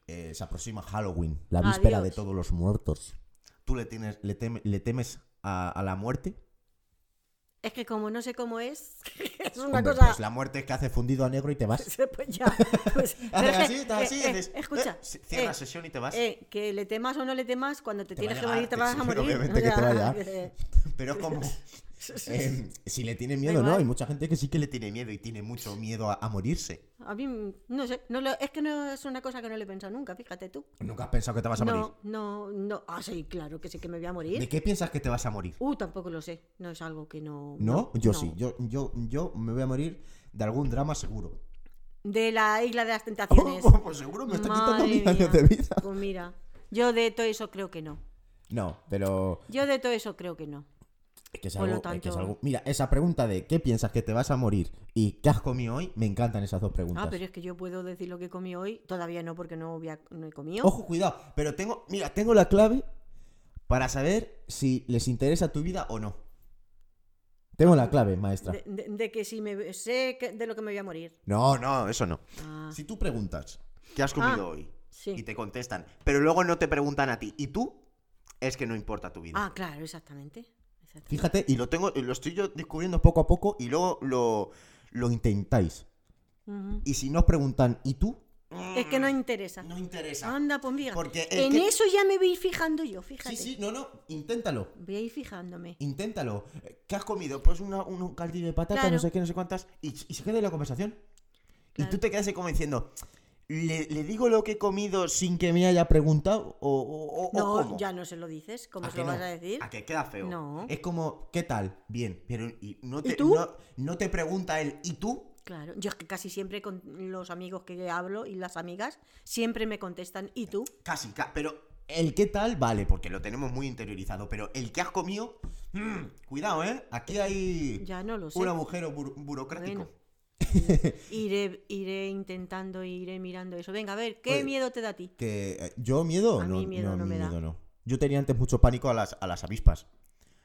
[SPEAKER 1] Eh, se aproxima Halloween, la víspera
[SPEAKER 2] Adiós.
[SPEAKER 1] de todos los muertos. ¿Tú le, tienes, le, tem- le temes a, a la muerte?
[SPEAKER 2] Es que como no sé cómo es, (laughs) es una
[SPEAKER 1] Hombre,
[SPEAKER 2] cosa.
[SPEAKER 1] Pues la muerte es que hace fundido a negro y te (laughs)
[SPEAKER 2] (laughs)
[SPEAKER 1] vas.
[SPEAKER 2] Pues ya. pues-
[SPEAKER 1] (laughs) Haces
[SPEAKER 2] pero es que-
[SPEAKER 1] así, estás así,
[SPEAKER 2] eh, eh,
[SPEAKER 1] dices, eh,
[SPEAKER 2] escucha.
[SPEAKER 1] c- cierra
[SPEAKER 2] eh,
[SPEAKER 1] sesión y te vas.
[SPEAKER 2] eh, que le temas o no le temas, cuando te,
[SPEAKER 1] Te va
[SPEAKER 2] tienes
[SPEAKER 1] a
[SPEAKER 2] que
[SPEAKER 1] llegar,
[SPEAKER 2] morir te vas
[SPEAKER 1] sí,
[SPEAKER 2] a
[SPEAKER 1] (laughs)
[SPEAKER 2] morir.
[SPEAKER 1] obviamente
[SPEAKER 2] o
[SPEAKER 1] que te
[SPEAKER 2] sea,
[SPEAKER 1] va a llegar.
[SPEAKER 2] que-
[SPEAKER 1] Pero es como. eh, si le tiene miedo,
[SPEAKER 2] Da
[SPEAKER 1] ¿no?
[SPEAKER 2] igual.
[SPEAKER 1] Hay mucha gente que sí que le tiene miedo y tiene mucho miedo a, a morirse.
[SPEAKER 2] A mí, no sé, no lo- es que no es una cosa que no le he pensado nunca, fíjate tú.
[SPEAKER 1] ¿Nunca has pensado que te vas a morir?
[SPEAKER 2] No, no, no. Ah, sí, claro que sí que me voy a morir.
[SPEAKER 1] ¿De qué piensas que te vas a morir?
[SPEAKER 2] Uh, tampoco lo sé. No es algo que no.
[SPEAKER 1] ¿No? Yo
[SPEAKER 2] no.
[SPEAKER 1] sí. Yo, yo, yo me voy a morir de algún drama seguro.
[SPEAKER 2] De la isla de
[SPEAKER 1] (laughs)
[SPEAKER 2] las
[SPEAKER 1] Oh,
[SPEAKER 2] tentaciones.
[SPEAKER 1] oh, pues seguro me está quitando
[SPEAKER 2] Madre
[SPEAKER 1] mil años
[SPEAKER 2] mía.
[SPEAKER 1] de vida.
[SPEAKER 2] Pues mira, yo de todo eso creo que no.
[SPEAKER 1] No, pero
[SPEAKER 2] Yo de todo eso creo que no.
[SPEAKER 1] es que es,
[SPEAKER 2] Por
[SPEAKER 1] algo,
[SPEAKER 2] lo
[SPEAKER 1] es que es
[SPEAKER 2] tanto-
[SPEAKER 1] algo- Mira, esa pregunta de ¿qué piensas que te vas a morir y qué has comido hoy? Me encantan esas dos preguntas.
[SPEAKER 2] Ah, pero es que yo puedo decir lo que comí hoy. Todavía no, porque no, había- no he comido.
[SPEAKER 1] Ojo, cuidado. Pero tengo, mira, tengo la clave para saber si les interesa tu vida o no. Tengo la clave, maestra.
[SPEAKER 2] de, de- de que si me sé que- de lo que me voy a morir.
[SPEAKER 1] No, no, eso no.
[SPEAKER 2] Ah,
[SPEAKER 1] Si tú preguntas,
[SPEAKER 3] ¿Qué has comido
[SPEAKER 2] Ah,
[SPEAKER 3] hoy?
[SPEAKER 2] sí.
[SPEAKER 3] Y te contestan. Pero luego no te preguntan a ti. ¿Y tú? Es que no importa tu vida.
[SPEAKER 2] Ah, claro, exactamente. Exactamente.
[SPEAKER 1] fíjate, y lo tengo, lo estoy yo descubriendo poco a poco y luego lo, lo intentáis.
[SPEAKER 2] Ujú.
[SPEAKER 1] Y si no os preguntan, ¿y tú?
[SPEAKER 2] Es que no interesa.
[SPEAKER 1] No interesa.
[SPEAKER 2] Anda, pues mira.
[SPEAKER 1] Porque es
[SPEAKER 2] en
[SPEAKER 1] que-
[SPEAKER 2] eso ya me voy fijando yo, fíjate.
[SPEAKER 1] Sí, sí, no, no, inténtalo.
[SPEAKER 2] Voy a ir fijándome.
[SPEAKER 1] Inténtalo. ¿Qué has comido? Pues una, un caldillo de patata,
[SPEAKER 2] Claro.
[SPEAKER 1] no sé qué, no sé cuántas. Y, y se queda en la conversación. Y
[SPEAKER 2] Claro.
[SPEAKER 1] tú te quedas ahí como diciendo, ¿le, le digo lo que he comido sin que me haya preguntado? ¿O, o- o- o
[SPEAKER 2] No,
[SPEAKER 1] cómo?
[SPEAKER 2] ya no se lo dices. ¿Cómo
[SPEAKER 1] ¿A
[SPEAKER 2] se
[SPEAKER 1] que
[SPEAKER 2] lo
[SPEAKER 1] no?
[SPEAKER 2] vas a decir?
[SPEAKER 3] ¿A que queda feo?
[SPEAKER 2] No.
[SPEAKER 1] Es como, ¿qué tal? Bien. Pero y no, te,
[SPEAKER 2] tú?
[SPEAKER 1] No, no te pregunta él, ¿y tú?
[SPEAKER 2] Claro. Yo es que casi siempre con los amigos que hablo y las amigas siempre me contestan. ¿Y tú?
[SPEAKER 3] Casi, ca- pero
[SPEAKER 1] El qué tal, vale, porque
[SPEAKER 3] que lo tenemos muy interiorizado. Pero el que has comido, mm, cuidado, ¿eh? Aquí hay
[SPEAKER 2] Ya no lo sé.
[SPEAKER 3] un agujero buro- burocrático.
[SPEAKER 2] Bueno. Iré, iré intentando, iré mirando eso. Venga, a ver, ¿qué
[SPEAKER 1] Oye.
[SPEAKER 2] miedo te da a ti?
[SPEAKER 1] que eh, yo miedo,
[SPEAKER 2] A
[SPEAKER 1] no,
[SPEAKER 2] mí miedo
[SPEAKER 1] no,
[SPEAKER 2] no me da.
[SPEAKER 1] miedo no. Yo tenía antes mucho pánico a las, a las avispas.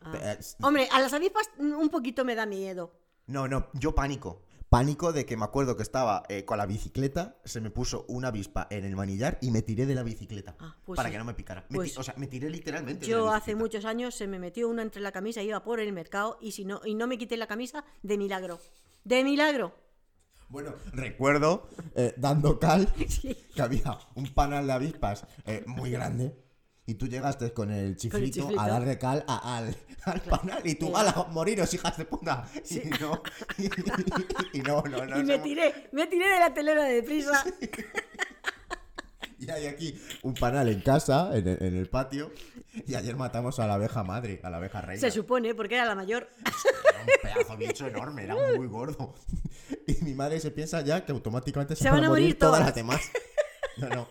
[SPEAKER 2] Ah.
[SPEAKER 1] Eh, s-
[SPEAKER 2] Hombre, a las avispas mm, un poquito me da miedo.
[SPEAKER 1] No, no, yo pánico. Pánico de que me acuerdo que estaba eh, con la bicicleta, se me puso una avispa en el manillar y me tiré de la bicicleta
[SPEAKER 2] Ah, pues
[SPEAKER 1] para
[SPEAKER 2] sí.
[SPEAKER 1] que no me picara. Me
[SPEAKER 2] Pues-
[SPEAKER 1] ti- o sea, me tiré literalmente. de la
[SPEAKER 2] Yo hace
[SPEAKER 1] bicicleta.
[SPEAKER 2] muchos años se me metió uno entre la camisa, iba por el mercado y si no y no me quité la camisa de milagro. De milagro.
[SPEAKER 1] Bueno, recuerdo eh, dando cal
[SPEAKER 2] (laughs) Sí.
[SPEAKER 1] que había un panal de avispas eh, muy grande y tú llegaste con el chiflito,
[SPEAKER 2] chiflito.
[SPEAKER 1] a darle cal a- al, (laughs) al panal y tú, ¡ala, moriros, hijas de puta! Y no, (laughs) y, no, no, no.
[SPEAKER 2] y me
[SPEAKER 1] somos-
[SPEAKER 2] tiré, me tiré de la telera
[SPEAKER 1] (laughs)
[SPEAKER 2] de prisa.
[SPEAKER 1] Y hay aquí un panal en casa, en el, en el patio. Y ayer matamos a la abeja madre, a la abeja reina.
[SPEAKER 2] Se supone, porque era la mayor.
[SPEAKER 1] Era un pedazo de bicho enorme, era muy gordo. (laughs) Y mi madre se piensa ya que automáticamente se,
[SPEAKER 2] Se
[SPEAKER 1] van,
[SPEAKER 2] van a
[SPEAKER 1] morir
[SPEAKER 2] morir
[SPEAKER 1] todas.
[SPEAKER 2] todas.
[SPEAKER 1] las demás. No, no.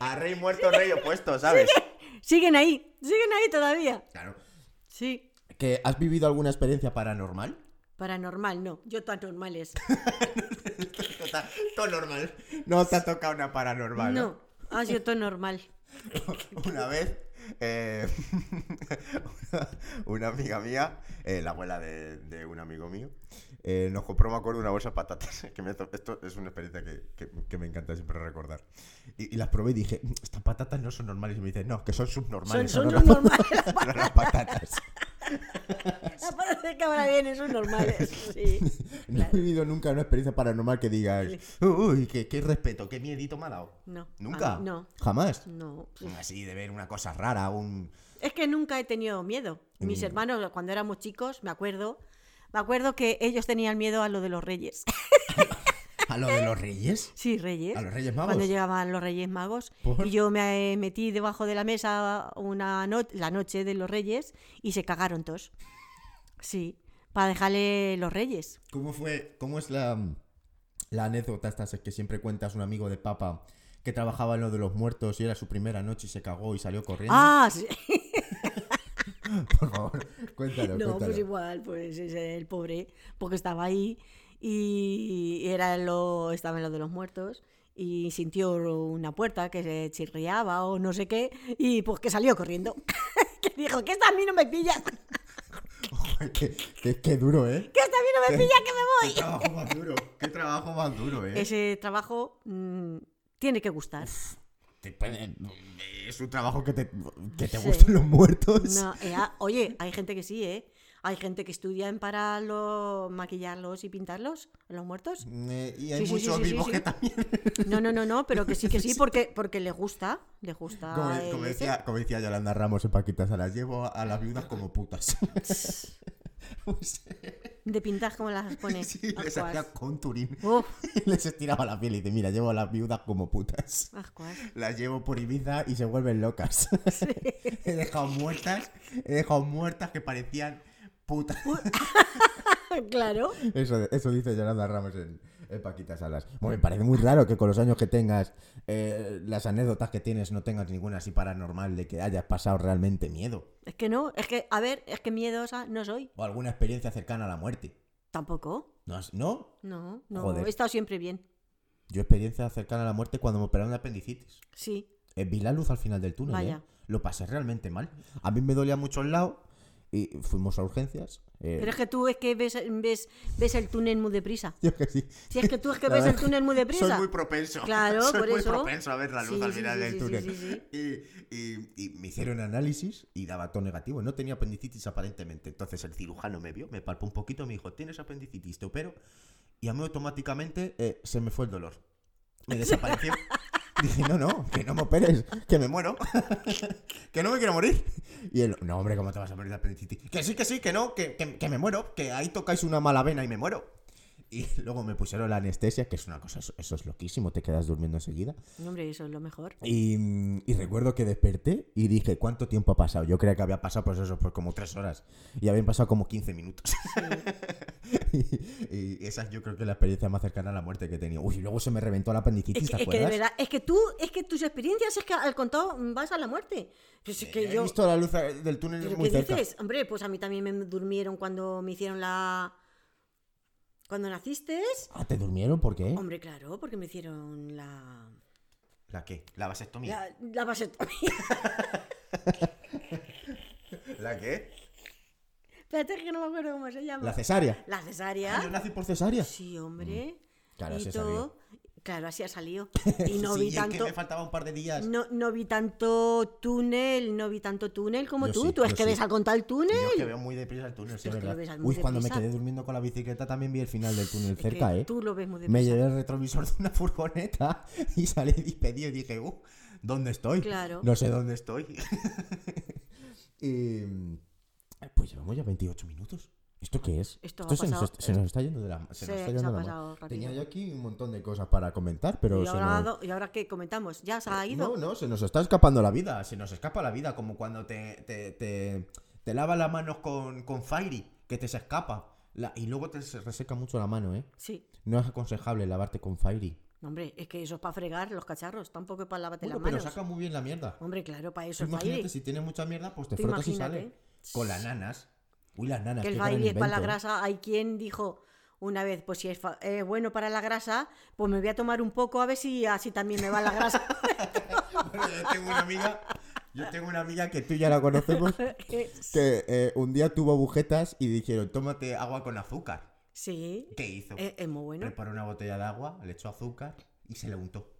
[SPEAKER 3] A rey muerto, rey opuesto, ¿sabes?
[SPEAKER 2] Siguen ahí, siguen ahí todavía.
[SPEAKER 1] Claro.
[SPEAKER 2] Sí.
[SPEAKER 1] ¿Que ¿Has vivido alguna experiencia paranormal? (laughs)
[SPEAKER 2] Paranormal, no. Yo tan normal es.
[SPEAKER 1] Total, Todo normal. No te ha tocado una paranormal. ¿no?
[SPEAKER 2] No. Ah, yo todo normal.
[SPEAKER 1] (laughs)
[SPEAKER 3] Una vez, eh, una, una amiga mía, eh, la abuela de, de un amigo mío, eh, nos compró, me acuerdo, una bolsa de
[SPEAKER 1] (laughs)
[SPEAKER 3] patatas. Que me- esto es una experiencia que, que- que me encanta siempre recordar.
[SPEAKER 1] Y, y las probé y dije, "Mm, estas patatas no son normales. Y me dicen, no, que son
[SPEAKER 2] Son,
[SPEAKER 1] subnormales.
[SPEAKER 2] son
[SPEAKER 1] no, las-
[SPEAKER 2] normales.
[SPEAKER 1] (laughs) no las
[SPEAKER 2] (laughs)
[SPEAKER 1] patatas.
[SPEAKER 2] Aparece Ah, cámara bien, son normales. Sí.
[SPEAKER 1] No he vivido nunca una experiencia paranormal que digas, uy, qué, qué respeto, qué miedito me ha dado.
[SPEAKER 2] No.
[SPEAKER 1] ¿Nunca?
[SPEAKER 2] A mí Ah, No.
[SPEAKER 1] ¿Jamás?
[SPEAKER 2] No.
[SPEAKER 1] Así de ver una cosa rara, un...
[SPEAKER 2] Es que nunca he tenido miedo.
[SPEAKER 1] Mm.
[SPEAKER 2] Mis hermanos, cuando éramos chicos, me acuerdo, me acuerdo que ellos tenían miedo a lo de los reyes. (laughs)
[SPEAKER 1] ¿A lo de los reyes?
[SPEAKER 2] Sí, reyes.
[SPEAKER 1] ¿A los Reyes Magos?
[SPEAKER 2] Cuando llegaban los Reyes Magos.
[SPEAKER 1] ¿Por?
[SPEAKER 2] Y yo me eh, metí debajo de la mesa una no- la noche de los Reyes y se cagaron todos. Sí, para dejarle los Reyes.
[SPEAKER 1] ¿Cómo fue, cómo es la, la anécdota esta que siempre cuentas un amigo de papa que trabajaba en lo de los muertos y era su primera noche y se cagó y salió corriendo?
[SPEAKER 2] Ah, sí.
[SPEAKER 1] (laughs) Por favor, cuéntalo,
[SPEAKER 2] No,
[SPEAKER 1] cuéntalo.
[SPEAKER 2] (laughs) pues igual, pues es el pobre, porque estaba ahí y era lo, estaba en lo de los muertos y sintió una puerta que se chirriaba o no sé qué y pues que salió corriendo. (laughs) que dijo, que esta a mí no me pilla, que
[SPEAKER 1] (laughs) Joder, qué, qué- qué duro, ¿eh?
[SPEAKER 2] esta a mí no me pilla, que me
[SPEAKER 1] Qué
[SPEAKER 2] voy.
[SPEAKER 1] trabajo más duro. Qué trabajo más duro, ¿eh?
[SPEAKER 2] Ese trabajo mm, tiene que gustar.
[SPEAKER 1] Te pone- Es un trabajo que te, que te
[SPEAKER 2] Sí.
[SPEAKER 1] gustan los muertos.
[SPEAKER 2] No, eh, ah, oye, hay gente que sí, ¿eh? Hay gente que estudia en para lo- maquillarlos y pintarlos, los muertos.
[SPEAKER 1] Eh, y hay
[SPEAKER 2] Sí, sí,
[SPEAKER 1] muchos
[SPEAKER 2] sí, sí,
[SPEAKER 1] vivos
[SPEAKER 2] sí,
[SPEAKER 1] que
[SPEAKER 2] sí.
[SPEAKER 1] también.
[SPEAKER 2] No, no, no, no, pero que sí,
[SPEAKER 1] (laughs)
[SPEAKER 2] que sí, porque, porque le gusta, le gusta.
[SPEAKER 1] Como,
[SPEAKER 2] el
[SPEAKER 1] como
[SPEAKER 2] ese.
[SPEAKER 1] decía, como decía Yolanda Ramos en Paquitas, a las llevo a las viudas como putas. (laughs) Pues,
[SPEAKER 2] De pintar como
[SPEAKER 3] (laughs)
[SPEAKER 2] las pone.
[SPEAKER 1] sí, les
[SPEAKER 2] ascuas.
[SPEAKER 1] hacía conturín.
[SPEAKER 2] Uf,
[SPEAKER 1] (laughs) Les estiraba la piel y dice, mira, llevo a las viudas como putas. (laughs)
[SPEAKER 2] ascuas.
[SPEAKER 1] Las llevo por Ibiza y se vuelven locas. (laughs) he dejado muertas, he dejado muertas que parecían putas.
[SPEAKER 2] Claro.
[SPEAKER 1] Eso, eso dice Yolanda Ramos en, en Paquitas Salas. Bueno, me parece muy raro que con los años que tengas, eh, las anécdotas que tienes, no tengas ninguna así paranormal de que hayas pasado realmente miedo.
[SPEAKER 2] Es que no, es que, a ver, es que miedosa no soy.
[SPEAKER 1] O alguna experiencia cercana a la muerte.
[SPEAKER 2] Tampoco.
[SPEAKER 1] ¿No? has- ¿No?
[SPEAKER 2] No, no.
[SPEAKER 1] Joder.
[SPEAKER 2] He estado siempre bien.
[SPEAKER 1] Yo experiencia cercana a la muerte cuando me operaron de apendicitis.
[SPEAKER 2] Sí.
[SPEAKER 1] Eh, vi la luz al final del túnel,
[SPEAKER 2] Vaya.
[SPEAKER 1] ¿eh? Lo pasé realmente mal. A mí me dolía mucho el lado y fuimos a urgencias. eh,
[SPEAKER 2] Pero es que tú es que ves, ves, ves el túnel muy deprisa.
[SPEAKER 1] (laughs) yo que sí.
[SPEAKER 2] Si es que tú es que
[SPEAKER 1] La
[SPEAKER 2] ves el
[SPEAKER 1] verdad,
[SPEAKER 2] túnel muy deprisa.
[SPEAKER 3] Soy muy propenso.
[SPEAKER 1] (laughs)
[SPEAKER 2] Claro,
[SPEAKER 3] Soy
[SPEAKER 2] por
[SPEAKER 3] muy
[SPEAKER 2] eso.
[SPEAKER 3] propenso a ver la luz
[SPEAKER 2] Sí,
[SPEAKER 3] al
[SPEAKER 2] sí,
[SPEAKER 3] final
[SPEAKER 2] sí,
[SPEAKER 3] del
[SPEAKER 2] sí,
[SPEAKER 3] túnel.
[SPEAKER 2] sí, sí,
[SPEAKER 3] Y, y- y me hicieron.
[SPEAKER 1] Hicieron análisis y daba todo negativo. No tenía apendicitis aparentemente. Entonces el cirujano me vio, me palpó un poquito, me dijo, tienes apendicitis, te opero. Y a mí automáticamente eh, se me fue el dolor. Me desapareció. Dije, no, no, que no me operes, que me muero. (laughs) que no me quiero morir. Y él, no, hombre, ¿cómo te vas a morir de apendicitis? Que sí, que sí, que no, que, que- que me muero, que ahí tocáis una mala vena y me muero. Y luego me pusieron la anestesia, que es una cosa, eso- eso es loquísimo, te quedas durmiendo enseguida.
[SPEAKER 2] Hombre, eso es lo mejor.
[SPEAKER 1] Y, mm, y recuerdo que desperté y dije, ¿cuánto tiempo ha pasado? Yo creía que había pasado, pues eso, por como tres horas. Y habían pasado como 15 minutos. (laughs) y, y esa yo creo que es la experiencia más cercana a la muerte que he tenido. Uy, y luego se me reventó la apendicitis,
[SPEAKER 2] Es
[SPEAKER 1] ¿te
[SPEAKER 2] que, es que de
[SPEAKER 1] acuerdas?
[SPEAKER 2] verdad, es que tú, es que tus experiencias es que al contado vas a la muerte. Pues es que
[SPEAKER 1] He
[SPEAKER 2] yo.
[SPEAKER 1] visto la luz eh, del túnel
[SPEAKER 2] ¿pero
[SPEAKER 1] muy
[SPEAKER 2] ¿Qué
[SPEAKER 1] cerca.
[SPEAKER 2] dices? Hombre, pues a mí también me durmieron cuando me hicieron la. Cuando naciste.
[SPEAKER 1] Ah, ¿te durmieron? ¿Por qué?
[SPEAKER 2] Hombre, claro, porque me hicieron la.
[SPEAKER 1] ¿La qué? ¿La vasectomía?
[SPEAKER 2] La, la vasectomía. (laughs)
[SPEAKER 3] ¿La qué?
[SPEAKER 2] Espérate, que no me acuerdo cómo se llama.
[SPEAKER 1] ¿La cesárea?
[SPEAKER 2] La
[SPEAKER 1] Ah, yo
[SPEAKER 2] cesárea.
[SPEAKER 1] nací por cesárea.
[SPEAKER 2] Sí, hombre.
[SPEAKER 1] Claro,
[SPEAKER 2] y
[SPEAKER 1] así ha
[SPEAKER 2] todo. Claro, así ha salido. Y
[SPEAKER 1] (laughs)
[SPEAKER 2] no
[SPEAKER 1] Sí,
[SPEAKER 2] vi
[SPEAKER 1] es
[SPEAKER 2] tanto.
[SPEAKER 1] que me faltaba un par de días.
[SPEAKER 2] No, no vi tanto túnel, no vi tanto túnel como
[SPEAKER 1] Yo
[SPEAKER 2] tú.
[SPEAKER 1] sí,
[SPEAKER 2] tú es
[SPEAKER 1] yo
[SPEAKER 2] que
[SPEAKER 1] sí.
[SPEAKER 2] ves al contar el túnel.
[SPEAKER 1] Yo es que veo muy deprisa el túnel, sí,
[SPEAKER 2] Pero es que
[SPEAKER 1] verdad.
[SPEAKER 2] lo ves al- muy
[SPEAKER 1] Uy, cuando me
[SPEAKER 2] deprisa.
[SPEAKER 1] quedé durmiendo con la bicicleta también vi el final del túnel
[SPEAKER 2] Es que
[SPEAKER 1] cerca, ¿eh?
[SPEAKER 2] Tú lo ves muy
[SPEAKER 1] Me
[SPEAKER 2] deprisa.
[SPEAKER 1] llevé el retrovisor de una furgoneta (laughs) y salí despedido y dije, uh, ¿dónde estoy?
[SPEAKER 2] Claro.
[SPEAKER 1] No sé dónde estoy. (laughs)
[SPEAKER 3] Estoy.
[SPEAKER 1] Y, pues llevamos ya 28 minutos. ¿Esto qué es?
[SPEAKER 2] Esto ha
[SPEAKER 1] se, nos,
[SPEAKER 2] pasado-
[SPEAKER 1] est- se nos está yendo de la se
[SPEAKER 2] Se-
[SPEAKER 1] nos está
[SPEAKER 2] se
[SPEAKER 1] yendo
[SPEAKER 2] ha
[SPEAKER 1] de la
[SPEAKER 2] pasado
[SPEAKER 1] mano.
[SPEAKER 2] rápido.
[SPEAKER 1] Tenía yo aquí un montón de cosas para comentar, pero
[SPEAKER 2] y,
[SPEAKER 1] se
[SPEAKER 2] ahora,
[SPEAKER 1] nos...
[SPEAKER 2] do- y ahora que comentamos, ya se ha ido.
[SPEAKER 1] Eh, No, no, se nos está escapando la vida. Se nos escapa la vida, como cuando te, te, te, te lavas las manos con, con Fairy, que te se escapa. La- y luego te se reseca mucho la mano, ¿eh?
[SPEAKER 2] Sí.
[SPEAKER 1] No es aconsejable lavarte con Fairy.
[SPEAKER 2] No, Hombre, es que eso es para fregar los cacharros, tampoco es para lavarte
[SPEAKER 1] Bueno,
[SPEAKER 2] las
[SPEAKER 1] pero
[SPEAKER 2] manos.
[SPEAKER 1] saca muy bien la mierda.
[SPEAKER 2] Hombre, claro, para
[SPEAKER 1] Tú
[SPEAKER 2] eso es
[SPEAKER 1] imagínate,
[SPEAKER 2] baile.
[SPEAKER 1] si tienes mucha mierda, pues te
[SPEAKER 2] Pues Tú
[SPEAKER 1] frotas y
[SPEAKER 2] imagínate.
[SPEAKER 1] sale. Con las nanas. Uy, las nanas.
[SPEAKER 2] Que el
[SPEAKER 1] qué gran
[SPEAKER 2] baile es para la
[SPEAKER 1] invento, ¿eh?
[SPEAKER 2] grasa. Hay quien dijo una vez, pues si es fa- eh, bueno para la grasa, pues me voy a tomar un poco a ver si así también me va la
[SPEAKER 1] (laughs)
[SPEAKER 2] grasa.
[SPEAKER 1] Bueno, (laughs) yo tengo una amiga. Yo tengo una amiga que tú ya la
[SPEAKER 2] (laughs)
[SPEAKER 1] conocemos.
[SPEAKER 2] Es-
[SPEAKER 1] Que eh, un día tuvo agujetas y dijeron: Tómate agua con azúcar.
[SPEAKER 2] sí,
[SPEAKER 1] ¿Qué hizo?
[SPEAKER 2] es, es muy Eh, bueno.
[SPEAKER 1] Preparó una botella de agua, le echó azúcar y se le
[SPEAKER 2] (laughs)
[SPEAKER 1] untó.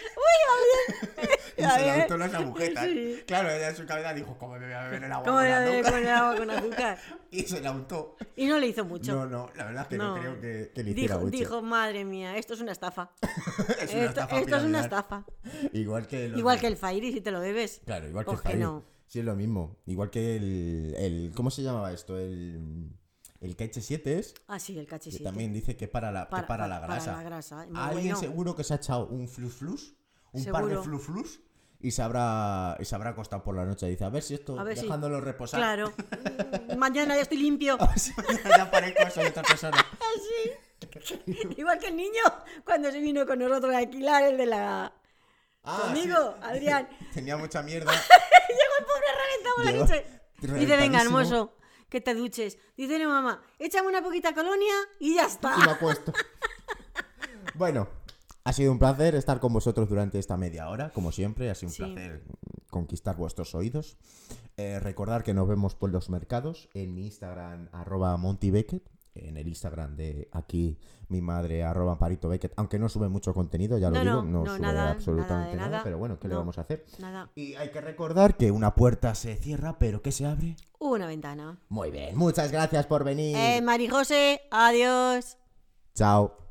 [SPEAKER 1] ¡Uy, (laughs) Y se
[SPEAKER 2] Ya
[SPEAKER 1] le
[SPEAKER 2] ves.
[SPEAKER 1] untó las agujetas.
[SPEAKER 2] Sí.
[SPEAKER 1] Claro, ella en su cabeza dijo: ¿Cómo me voy a beber el agua?
[SPEAKER 2] ¿Cómo
[SPEAKER 1] con
[SPEAKER 2] la
[SPEAKER 1] azúcar?".
[SPEAKER 2] bebe con agua con azúcar?
[SPEAKER 1] (laughs) Y se la untó.
[SPEAKER 2] Y no le hizo mucho.
[SPEAKER 1] No, no, la verdad es que no,
[SPEAKER 2] No.
[SPEAKER 1] creo que, que le hiciera
[SPEAKER 2] dijo,
[SPEAKER 1] mucho.
[SPEAKER 2] dijo, madre mía, esto es una estafa.
[SPEAKER 1] (laughs) Es una
[SPEAKER 2] esto
[SPEAKER 1] estafa
[SPEAKER 2] esto es una
[SPEAKER 1] piramidal.
[SPEAKER 2] estafa.
[SPEAKER 1] Igual que los
[SPEAKER 2] Igual
[SPEAKER 1] de-
[SPEAKER 2] que el Fairy, si te lo bebes.
[SPEAKER 1] Claro, igual que
[SPEAKER 2] Pues
[SPEAKER 1] el
[SPEAKER 2] que
[SPEAKER 1] Farid.
[SPEAKER 2] no.
[SPEAKER 1] Sí, es lo mismo. Igual que el, el- ¿Cómo se llamaba esto? El, el KH7 es.
[SPEAKER 2] Ah, sí, el caché
[SPEAKER 1] Que también dice que para la, que para, la grasa.
[SPEAKER 2] Para la grasa. Muy
[SPEAKER 1] Alguien
[SPEAKER 2] bueno.
[SPEAKER 1] seguro que se ha echado un flus flus, un par de
[SPEAKER 2] Seguro.
[SPEAKER 1] flus flus, y se habrá, y se habrá acostado por la noche. Dice, a ver si esto,
[SPEAKER 2] A ver si-
[SPEAKER 1] dejándolo reposar.
[SPEAKER 2] Claro. Mañana ya estoy limpio.
[SPEAKER 1] (laughs) A ver si ya parezco soy otra persona.
[SPEAKER 2] Igual que el niño cuando se vino con nosotros a alquilar el de la...
[SPEAKER 1] Ah,
[SPEAKER 2] Tu
[SPEAKER 1] sí.
[SPEAKER 2] amigo, Adrián.
[SPEAKER 1] (laughs) Tenía mucha mierda.
[SPEAKER 2] Llegó el pobre reventado la
[SPEAKER 1] Llegó
[SPEAKER 2] leche. Dice, venga,
[SPEAKER 1] reventadísimo.
[SPEAKER 2] hermoso, que te duches. Dice no, mamá, échame una poquita colonia y ya está.
[SPEAKER 1] Y me acuesto. (laughs) bueno, ha sido un placer estar con vosotros durante esta media hora, como siempre. Ha sido un
[SPEAKER 2] Sí.
[SPEAKER 1] placer conquistar vuestros oídos. Eh, recordar que nos vemos por los mercados en mi Instagram, arroba Monty Beckett, En el Instagram de aquí, mi madre, arroba Parito Beckett. Aunque no sube mucho contenido, ya lo
[SPEAKER 2] No,
[SPEAKER 1] digo,
[SPEAKER 2] no,
[SPEAKER 1] no,
[SPEAKER 2] no,
[SPEAKER 1] sube
[SPEAKER 2] nada, nada
[SPEAKER 1] absolutamente
[SPEAKER 2] de
[SPEAKER 1] nada,
[SPEAKER 2] nada.
[SPEAKER 1] Pero bueno, ¿qué le
[SPEAKER 2] No.
[SPEAKER 1] vamos a hacer?
[SPEAKER 2] Nada,
[SPEAKER 1] Y hay que recordar que una puerta se cierra, pero que se abre.
[SPEAKER 2] una ventana.
[SPEAKER 1] Muy bien, muchas gracias por venir.
[SPEAKER 2] Eh, Marijose, adiós.
[SPEAKER 1] Chao.